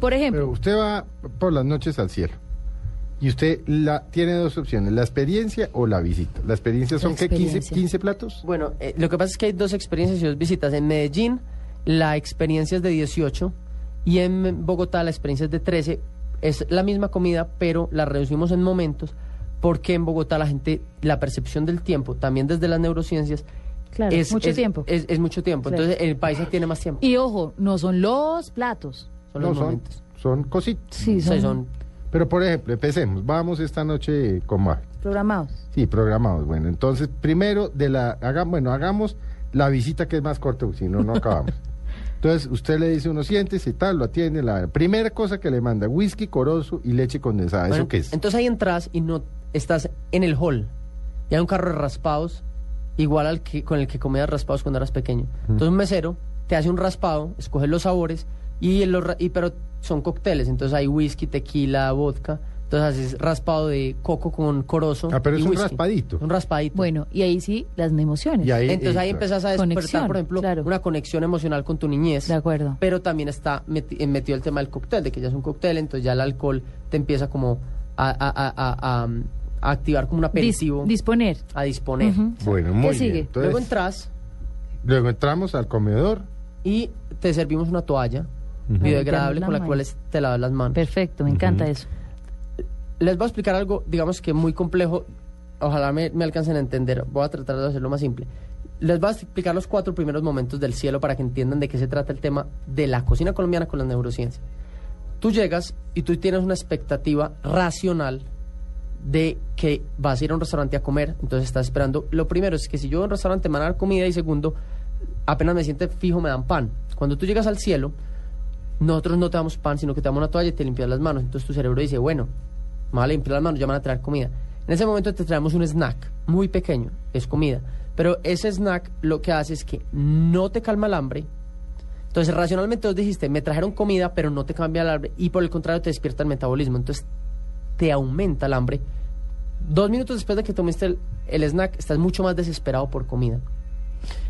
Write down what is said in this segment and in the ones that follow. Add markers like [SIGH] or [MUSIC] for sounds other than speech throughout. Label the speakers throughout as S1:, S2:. S1: Por ejemplo,
S2: Pero usted va por las noches al cielo. Y usted la, tiene dos opciones, la experiencia o la visita. La experiencia son
S1: La
S2: que 15,
S1: experiencia.
S2: 15 platos.
S3: Bueno, eh, lo que pasa es que hay dos experiencias y dos visitas. En Medellín la experiencia es de 18 y en Bogotá la experiencia es de 13. Es la misma comida, pero la reducimos en momentos porque en Bogotá la gente, la percepción del tiempo, también desde las neurociencias,
S1: claro,
S3: es
S1: mucho
S3: es-
S1: tiempo.
S3: Es, es mucho tiempo.
S1: Claro.
S3: Entonces el país tiene más tiempo.
S1: y ojo, no son los platos.
S3: Son
S2: no,
S3: los
S2: son,
S3: momentos.
S2: son cositas.
S1: Sí,
S3: O
S1: son,
S3: sea, son-
S2: Pero por ejemplo, empecemos. Vamos esta noche con Mar.
S1: programados.
S2: Sí, programados. Bueno, entonces primero de la haga- bueno, hagamos la visita que es más corta, porque si no no
S3: [LAUGHS]
S2: acabamos. Entonces, usted le dice unos sientes y tal, lo atiende. La primera cosa que le manda, whisky corozo y leche condensada.
S3: Bueno,
S2: ¿Eso qué es?
S3: Entonces ahí entras y no estás en el hall. Y hay un carro de raspados, igual al que, con el que comías raspados cuando eras pequeño.
S2: Mm.
S3: Entonces un mesero te hace un raspado, escoge los sabores, y, los ra- y pero son cócteles. Entonces hay whisky, tequila, vodka. Entonces haces raspado de coco con corozo.
S2: Ah, pero
S3: y
S2: es un
S3: whisky.
S2: raspadito.
S3: Un raspadito.
S1: Bueno, y ahí sí, las emociones.
S2: Y ahí-
S3: Entonces ahí
S2: eh,
S3: empezás a despertar,
S1: Conexión,
S3: por ejemplo,
S1: claro.
S3: una conexión emocional con tu niñez.
S1: De acuerdo.
S3: Pero también está meti- eh, metido el tema del cóctel, de que ya es un cóctel, entonces ya el alcohol te empieza como a, a- a- a- a, mm, a activar como un
S1: Dis-
S3: aperitivo,
S1: disponer.
S3: a disponer.
S1: Ujú.
S2: Bueno, muy
S1: sigue?
S2: bien. Entonces,
S3: Luego entras
S2: luego entramos al comedor.
S3: y te servimos una toalla
S2: Ujú.
S3: biodegradable
S1: Lavas
S3: con la
S1: las
S3: cual
S1: manos.
S3: es- te lavas las manos.
S1: Perfecto, me encanta eso.
S3: Les voy a explicar algo, digamos que muy complejo. Ojalá me, me alcancen a entender. Voy a tratar de hacerlo más simple. Les voy a explicar los cuatro primeros momentos del cielo para que entiendan de qué se trata el tema de la cocina colombiana con las neurociencias. Tú llegas y tú tienes una expectativa racional de que vas a ir a un restaurante a comer, entonces estás esperando. Lo primero es que si yo voy a un restaurante me van a dar comida y segundo, apenas me siente fijo me dan pan. Cuando tú llegas al cielo, nosotros no te damos pan, sino que te damos una toalla y te limpias las manos. Entonces tu cerebro dice, bueno, me voy a limpiar las manos, ya me van a traer comida. En ese momento te traemos un snack muy pequeño, es comida. Pero ese snack lo que hace es que no te calma el hambre. Entonces racionalmente vos dijiste, me trajeron comida, pero no te cambia el hambre. Y por el contrario te despierta el metabolismo. Entonces te aumenta el hambre. Dos minutos después de que tomaste el, el snack, estás mucho más desesperado por comida.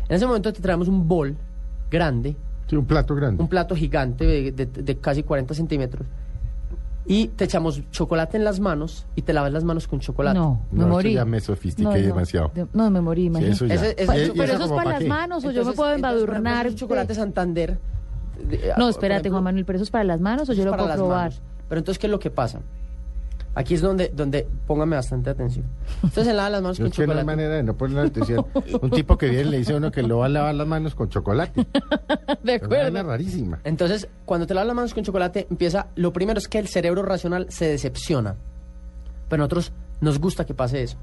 S3: En ese momento te traemos un bol grande
S2: Sí, un plato grande.
S3: un plato gigante de, de- de casi 40 centímetros y te echamos chocolate en las manos y te lavas las manos con chocolate.
S1: No, me
S2: No, eso
S1: morí.
S2: ya me sofistiqué demasiado.
S1: de- no, me morí,
S2: Sí,
S1: imagínate.
S2: eso ya.
S3: Ese- ese-
S2: Y-
S3: Pues,
S2: y
S1: Pero,
S3: eso
S1: pero eso
S2: como
S1: es para
S2: pa'
S1: las
S2: qué.
S1: manos, o yo me
S3: Entonces-
S1: puedo
S3: entonces, por ejemplo,
S1: embadurnar.
S3: es un chocolate Santander. de- ah,
S1: No,
S3: por
S1: espérate,
S3: ejemplo,
S1: Juan Manuel, pero eso es para las manos o yo lo
S3: para
S1: puedo
S3: las
S1: probar.
S3: manos. Pero entonces, ¿qué es lo que pasa? Aquí es donde, donde póngame bastante atención. Entonces se lava las manos
S2: Yo
S3: con
S2: es que no hay
S3: chocolate.
S2: manera de no ponerle atención. [LAUGHS] Un tipo que viene y le dice a uno que lo va a lavar las manos con chocolate.
S1: [LAUGHS] De
S2: Es una vaina rarísima.
S3: Entonces, cuando te lavas las manos con chocolate, empieza. Lo primero es que el cerebro racional se decepciona. Pero a nosotros nos gusta que pase eso.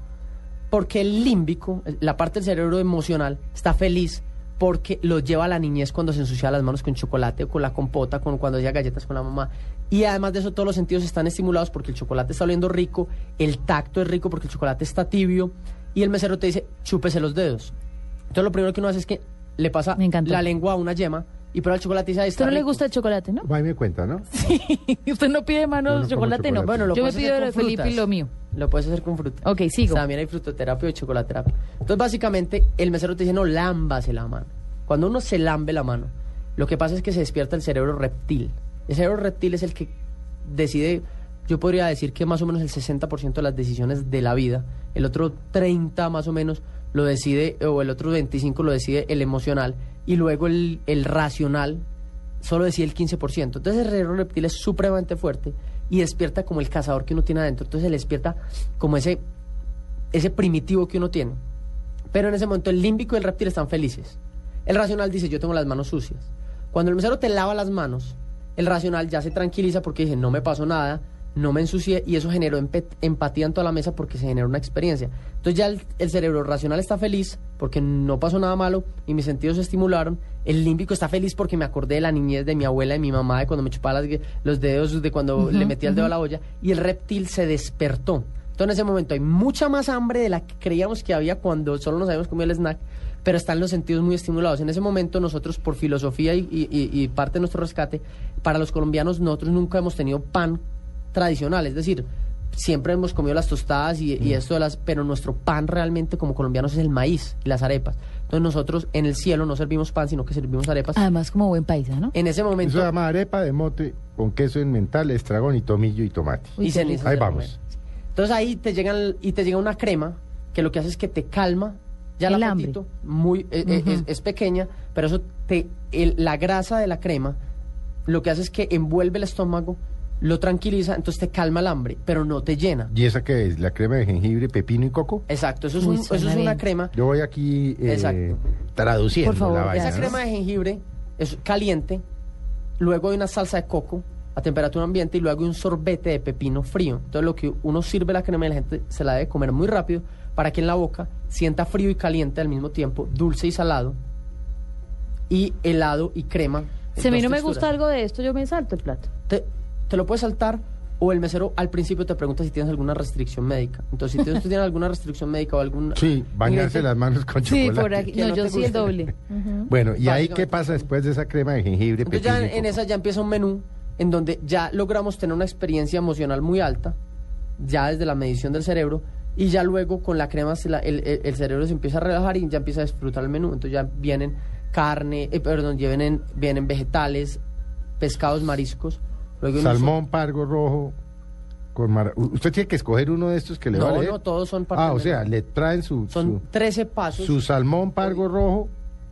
S3: Porque el límbico, la parte del cerebro emocional, está feliz porque lo lleva a la niñez cuando se ensuciaba las manos con chocolate o con la compota, con cuando hacía galletas con la mamá. Y además de eso, todos los sentidos están estimulados porque el chocolate está oliendo rico, el tacto es rico porque el chocolate está tibio y el mesero te dice, chúpese los dedos. Entonces, lo primero que uno hace es que le pasa
S1: Me encantó.
S3: la lengua a una yema y prueba el chocolate y dice, "Ay,
S1: Usted
S3: está
S1: no le
S3: rico".
S1: gusta el chocolate, ¿no?
S2: Ahí me cuenta, ¿no?
S1: [LAUGHS] Usted no pide
S2: Yo no
S1: manos
S2: como
S1: chocolate, no.
S2: chocolate. Bueno, lo
S1: yo me
S3: puedes hacer
S1: pido lo
S3: con
S1: de Felipe y
S3: frutas.
S1: lo mío.
S3: Lo puedes hacer con fruta.
S1: Ok, sigo.
S3: También hay frutoterapia y chocolaterapia. Entonces, básicamente, el mesero te dice, no, lámbase la mano. Cuando uno se lambe la mano, lo que pasa es que se despierta el cerebro reptil. El cerebro reptil es el que decide, yo podría decir que más o menos el 60% de las decisiones de la vida, el otro 30 más o menos lo decide, o el otro 25 lo decide el emocional, y luego el, el racional, solo decía el 15%. Entonces el cerebro reptil es supremamente fuerte y despierta como el cazador que uno tiene adentro. Entonces se le despierta como ese, ese primitivo que uno tiene. Pero en ese momento el límbico y el reptil están felices. El racional dice, yo tengo las manos sucias. Cuando el mesero te lava las manos, el racional ya se tranquiliza porque dice, no me pasó nada, no me ensucié, y eso generó empe- empatía en toda la mesa porque se generó una experiencia. Entonces ya el, el cerebro racional está feliz porque no pasó nada malo y mis sentidos se estimularon. El límbico está feliz porque me acordé de la niñez de mi abuela, de mi mamá, de cuando me chupaba las- los dedos, de cuando le metía el dedo a la olla, y el reptil se despertó. Entonces en ese momento hay mucha más hambre de la que creíamos que había cuando solo nos habíamos comido el snack, pero están los sentidos muy estimulados. En ese momento nosotros, por filosofía y, y- y- y parte de nuestro rescate, para los colombianos nosotros nunca hemos tenido pan tradicional, es decir, siempre hemos comido las tostadas y, y esto de las, pero nuestro pan realmente como colombianos es el maíz y las arepas. Entonces nosotros en el cielo no servimos pan, sino que servimos arepas.
S1: Además, como buen paisa, ¿no?
S3: En ese
S2: Eso
S3: momento
S2: se llama arepa de mote con queso en mental, estragón y tomillo y tomate.
S1: Uy,
S3: y
S1: qué
S3: cenizas
S2: Ahí
S3: de la
S2: vamos.
S3: comida. Entonces ahí te llegan y te llega una crema que lo que hace es que te calma ya el,
S1: El hambre.
S3: apetito, muy eh, eh,
S1: Ujú.
S3: es, es pequeña, pero eso te el- la grasa de la crema lo que hace es que envuelve el estómago, lo tranquiliza, entonces te calma el hambre, pero no te llena.
S2: ¿Y esa que es? ¿La crema de jengibre, pepino y coco?
S3: Exacto, eso es,
S1: Uy,
S3: un- eso es
S1: suena
S3: una
S1: bien.
S3: crema.
S2: Yo voy aquí eh,
S3: Exacto.
S2: traduciendo
S1: Por favor,
S2: la vaina.
S1: ya.
S3: Esa
S2: ¿no?
S3: crema de jengibre es caliente, luego hay una salsa de coco a temperatura ambiente y luego hay un sorbete de pepino frío. Entonces lo que uno sirve la crema y la gente se la debe comer muy rápido para que en la boca sienta frío y caliente al mismo tiempo, dulce y salado, y helado y crema.
S1: Si a mí
S3: dos
S1: no me
S3: texturas.
S1: gusta algo de esto, yo me salto el plato.
S3: Te, te lo puedes saltar o el mesero al principio te pregunta si tienes alguna restricción médica. Entonces si tienes- [LAUGHS] tú tienes alguna restricción médica o algún...
S2: Sí, bañarse las manos con
S1: Sí,
S2: chocolate.
S1: por aquí.
S3: Que
S1: No,
S3: no
S1: yo
S3: te
S1: sí el
S3: guste.
S1: doble. Ujú.
S2: Bueno, ¿y ahí qué
S3: Básicamente.
S2: pasa después de esa crema de jengibre,
S3: Entonces
S2: pepino
S3: ya
S2: y
S3: en, en
S2: coco?
S3: esa ya empieza un menú en donde ya logramos tener una experiencia emocional muy alta, ya desde la medición del cerebro, y ya luego con la crema se la- el, el- el cerebro se empieza a relajar y ya empieza a disfrutar el menú. Entonces ya vienen carne, eh, perdón, ya vienen, vienen vegetales, pescados, mariscos. Luego unos-
S2: Salmón, pargo rojo. Con mara- U- Usted tiene que escoger uno de estos que le
S3: No,
S2: va a leer.
S3: no, todos son parte
S2: Ah,
S3: del
S2: o sea,
S3: menú.
S2: le traen su,
S3: Son 13 pasos.
S2: su, su salmón, pargo rojo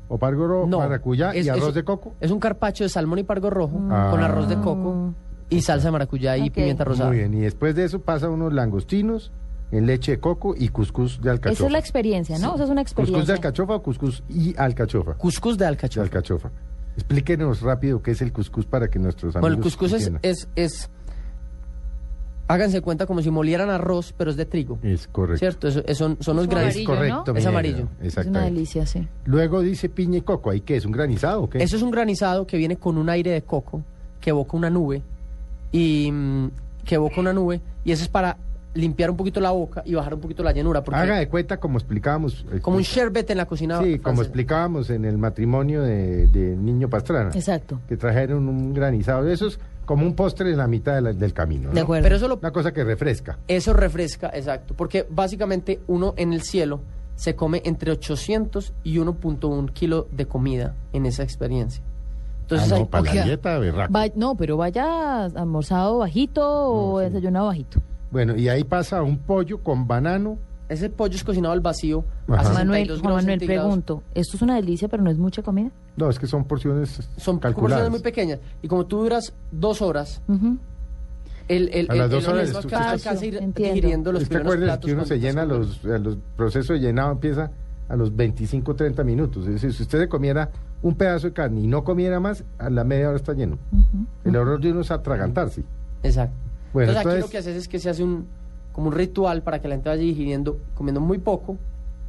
S2: o pargo rojo,
S3: No,
S2: maracuyá
S3: es-
S2: y
S3: es-
S2: arroz de coco.
S3: Es un carpacho de salmón y pargo rojo
S2: Ah.
S3: con arroz de coco y salsa de maracuyá y
S1: Ok.
S3: pimienta rosada.
S2: Muy bien, y después de eso pasa unos langostinos en leche de coco y cuscús de alcachofa.
S1: Esa es la experiencia, ¿no?
S3: Sí.
S1: Esa es una
S2: ¿Cuscús de
S1: experiencia.
S2: alcachofa o cuscús y alcachofa?
S3: Cuscús de
S2: De
S3: alcachofa.
S2: alcachofa. Explíquenos rápido qué es el cuscús para que nuestros amigos
S3: Bueno, el cuscús es,
S2: entiendan.
S3: es, es- Háganse cuenta como si molieran arroz, pero es de trigo.
S2: Es correcto.
S3: ¿Cierto? Eso- eso- son, los
S1: Es
S3: granos.
S1: amarillo,
S2: correcto,
S1: ¿no?
S2: mi
S3: Es
S2: negra,
S3: amarillo.
S1: Es una
S2: Exactamente.
S1: delicia, sí.
S2: Luego dice piña y coco. ¿Ahí qué? ¿Es un granizado o qué?
S3: Eso es un granizado que viene con un aire de coco, que evoca una nube. Y. mm, que evoca una nube. Y eso es para limpiar un poquito la boca y bajar un poquito la llanura. Porque
S2: Haga de cuenta como explicábamos. eh, pues,
S3: como un sherbet en la cocina.
S2: Sí, como
S3: francesa.
S2: explicábamos en el matrimonio de, de Niño Pastrana.
S1: Exacto.
S2: Que trajeron un granizado de esos como un postre en la mitad de la- del camino. ¿no?
S1: De acuerdo.
S3: Pero eso lo,
S2: Una cosa que refresca.
S3: Eso refresca, exacto, porque básicamente uno en el cielo se come entre 800 y 1.1 kilo de comida en esa experiencia. Entonces,
S2: Ah, no,
S3: hay-
S2: para
S1: o
S2: la
S1: sea,
S2: dieta, berraco.
S1: Va- no, pero vaya almorzado bajito o
S2: sí.
S1: desayunado bajito.
S2: Bueno, y ahí pasa un pollo con banano.
S3: ese pollo es cocinado al vacío
S2: Ajá.
S3: a 62
S1: Manuel,
S3: grados
S1: Juan Manuel,
S3: centígrados.
S1: pregunto, ¿esto es una delicia pero no es mucha comida?
S2: No, es que son porciones
S3: Son
S2: calculadas.
S3: porciones muy pequeñas. Y como tú duras dos horas,
S1: Ujú.
S3: el, el,
S2: A las
S3: el-
S2: dos
S3: el
S2: horas
S3: organismo
S2: tú-
S3: alcanza a ir
S1: Entiendo.
S3: digiriendo los
S2: es que
S3: primeros
S2: acuérdense
S3: platos.
S2: que uno se
S3: cuando
S2: llena,
S3: estás
S2: los, eh, los procesos de llenado empieza a los 25, 30 minutos. Es decir, si usted se comiera un pedazo de carne y no comiera más, a la media hora está lleno.
S1: Ujú.
S2: El error de uno es atragantarse.
S3: comiendo. Exacto.
S2: Bueno,
S3: entonces, aquí
S2: Pues entonces-
S3: lo que haces es que se hace un como un ritual para que la gente vaya digiriendo, comiendo muy poco,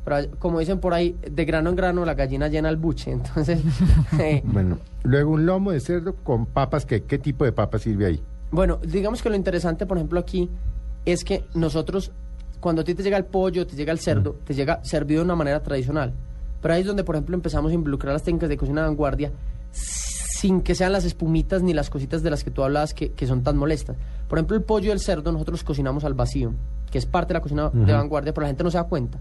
S3: pero hay- como dicen por ahí, de grano en grano la gallina llena el buche. [LAUGHS] Entonces, eh,
S2: Bueno, luego un lomo de cerdo con papas. ¿Qué, qué tipo de papas sirve ahí?
S3: bueno, digamos que lo interesante, por ejemplo, aquí es que nosotros, cuando a ti te llega el pollo, te llega el cerdo,
S2: Mm.
S3: te llega servido de una manera tradicional. Pero ahí es donde, por ejemplo, empezamos a involucrar las técnicas de cocina de vanguardia sin que sean las espumitas ni las cositas de las que tú hablabas que, que son tan molestas. Por ejemplo, el pollo y el cerdo nosotros cocinamos al vacío, que es parte de la cocina
S2: Ujú.
S3: de vanguardia, pero la gente no se da cuenta.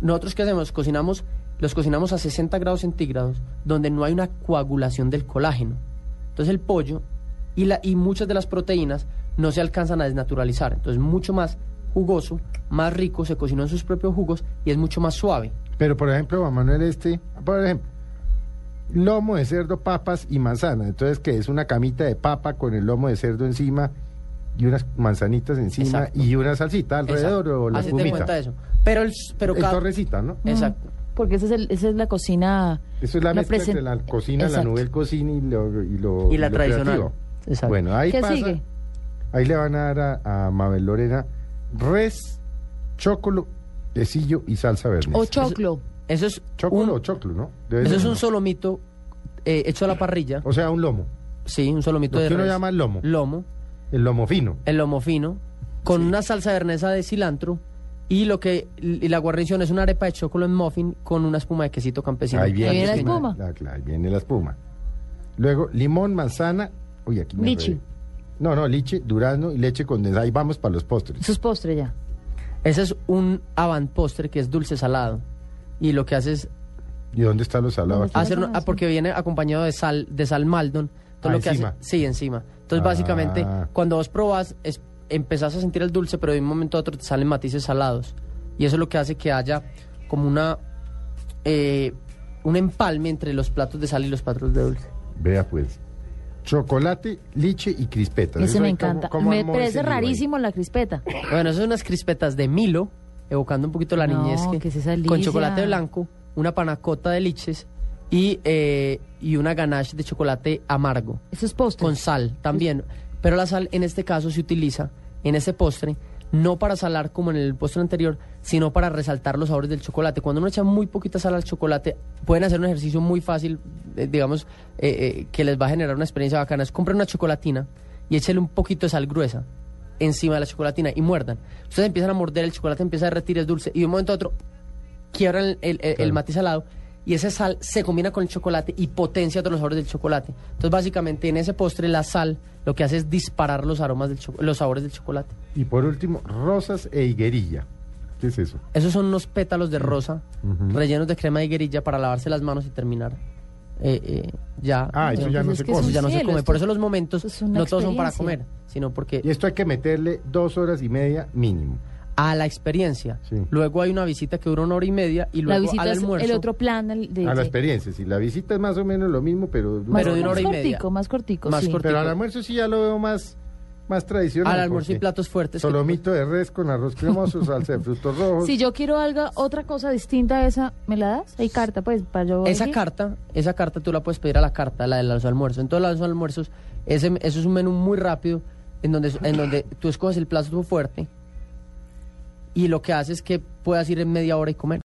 S3: Nosotros qué hacemos? Cocinamos, los cocinamos a 60 grados centígrados, donde no hay una coagulación del colágeno. Entonces el pollo y, la, y muchas de las proteínas no se alcanzan a desnaturalizar. Entonces mucho más jugoso, más rico, se cocinó en sus propios jugos y es mucho más suave.
S2: Pero, por ejemplo, Juan Manuel, este, por ejemplo, lomo de cerdo, papas y manzana. Entonces, que es una camita de papa con el lomo de cerdo encima y unas manzanitas encima
S3: Exacto.
S2: y una salsita alrededor
S3: Exacto.
S2: o la
S3: Así te
S2: espumita.
S3: cuenta eso. Pero, el, pero
S2: Es
S3: cada-
S2: torrecita, ¿no?
S1: Eh,
S3: Exacto.
S1: Mm. Porque esa es, el- esa es la cocina.
S2: Eso es la, mezcla
S1: presen-
S2: entre la cocina, la
S1: Exacto.
S2: nouvelle cocina y lo y lo-
S3: Y la
S2: lo
S3: tradicional.
S2: creativo.
S3: Exacto.
S2: Bueno, ahí
S1: ¿Qué
S2: pasa-
S1: sigue?
S2: Ahí le van a dar a, a Mabel Lorena res, chocolo, tecillo y salsa verde.
S1: O choclo.
S3: Eso es
S2: Chocolo
S3: un-
S2: o choclo, ¿no? Debe
S3: Eso
S2: ser
S3: es
S2: uno.
S3: un solomito eh, hecho a la parrilla.
S2: O sea, un lomo.
S3: Sí, un solomito
S2: Lo
S3: de
S2: que uno
S3: res.
S2: llama lomo.
S3: Lomo,
S2: El lomo fino.
S3: el lomo fino, con una salsa vernesa de cilantro y lo que y la guarnición es una arepa de chocolate muffin con una espuma de quesito campesino.
S2: ahí viene,
S1: Ahí
S3: Claro,
S1: viene la
S3: sí.
S1: espuma.
S2: la- la- ahí viene la espuma. Luego, limón, manzana. Uy, aquí me
S1: Lichi.
S2: enredé. No, no, leche, durazno y leche condensada. Ahí vamos para los postres.
S1: Sus postres ya.
S3: Ese es un avant-postre que es dulce salado. Y lo que hace es
S2: ¿Y dónde está los salados?
S1: ¿Dónde está?
S3: hacer un-
S1: salado,
S3: ah,
S1: sí.
S3: porque viene acompañado de sal de sal Maldon. Entonces
S2: Ah,
S3: lo que
S2: encima.
S3: hace, sí, encima. Entonces
S2: Ah.
S3: básicamente cuando vos probás es, empezás a sentir el dulce, pero de un momento a otro te salen matices salados. Y eso es lo que hace que haya como una eh, un empalme entre los platos de sal y los platos de dulce.
S2: Vea pues. Chocolate, leche y crispetas.
S1: Ese
S2: Eso
S1: me
S2: ahí, ¿cómo-
S1: encanta.
S2: cómo
S1: me
S2: armó
S1: parece
S2: ese lío ahí?
S1: rarísimo la crispeta.
S3: Bueno, esas son unas crispetas de Milo, evocando un poquito la
S1: No,
S3: niñez. que-
S1: que es esa
S3: con
S1: delicia.
S3: chocolate blanco, una panacota de liches y, eh, y una ganache de chocolate amargo.
S1: Esos postres.
S3: Con sal también. Pero la sal en este caso se utiliza en este postre no para salar como en el postre anterior, sino para resaltar los sabores del chocolate. Cuando uno echa muy poquita sal al chocolate, pueden hacer un ejercicio muy fácil, eh, digamos, eh, eh, que les va a generar una experiencia bacana. Es comprar una chocolatina y échale un poquito de sal gruesa encima de la chocolatina y muerdan. Ustedes empiezan a morder, el chocolate empieza a derretir, es dulce, y de un momento a otro quiebran el, el, el- el
S2: Claro.
S3: matiz salado y esa sal se combina con el chocolate y potencia todos los sabores del chocolate. Entonces, básicamente, en ese postre, la sal lo que hace es disparar los aromas del cho- los sabores del chocolate.
S2: Y por último, rosas e higuerilla. ¿Qué es eso?
S3: Esos son unos pétalos de rosa
S2: Mm. Ujú.
S3: rellenos de crema de higuerilla para lavarse las manos y terminar eh, eh, ya.
S2: Ah, eso
S1: Pero
S2: ya
S1: pues
S2: no
S1: es
S2: se
S1: que es
S2: come.
S1: un
S3: ya no se
S1: cielo,
S3: come. Por
S1: esto-
S3: eso los momentos
S1: esto es una
S3: no todos son para comer,
S1: experiencia.
S3: sino porque
S2: Y esto hay que meterle dos horas y media mínimo.
S3: a la experiencia.
S2: Sí.
S3: Luego hay una visita que dura una hora y media y
S1: la
S3: luego al
S1: visita es
S3: almuerzo.
S1: el otro plan. el de-
S2: A la
S1: de-
S2: experiencia, si la visita es más o menos lo mismo, pero...
S1: Más,
S3: Pero de una hora y
S1: más
S3: media.
S1: cortico, más cortico,
S3: Más
S1: sí.
S3: cortico.
S2: Pero al almuerzo sí ya lo veo más, más tradicional.
S3: al almuerzo y
S2: porque
S3: platos fuertes. que-
S2: Solomito de res con arroz cremoso, salsa de frutos rojos.
S1: Si yo quiero algo, otra cosa distinta a esa, ¿me la das? Hay carta, pues, para yo...
S3: Esa
S1: elegir?
S3: carta, esa carta tú la puedes pedir a la carta, la de los almuerzos. En todos los almuerzos, ese, eso es un menú muy rápido en donde, en donde tú escoges el plato fuerte y lo que haces es que puedas ir en media hora y comer.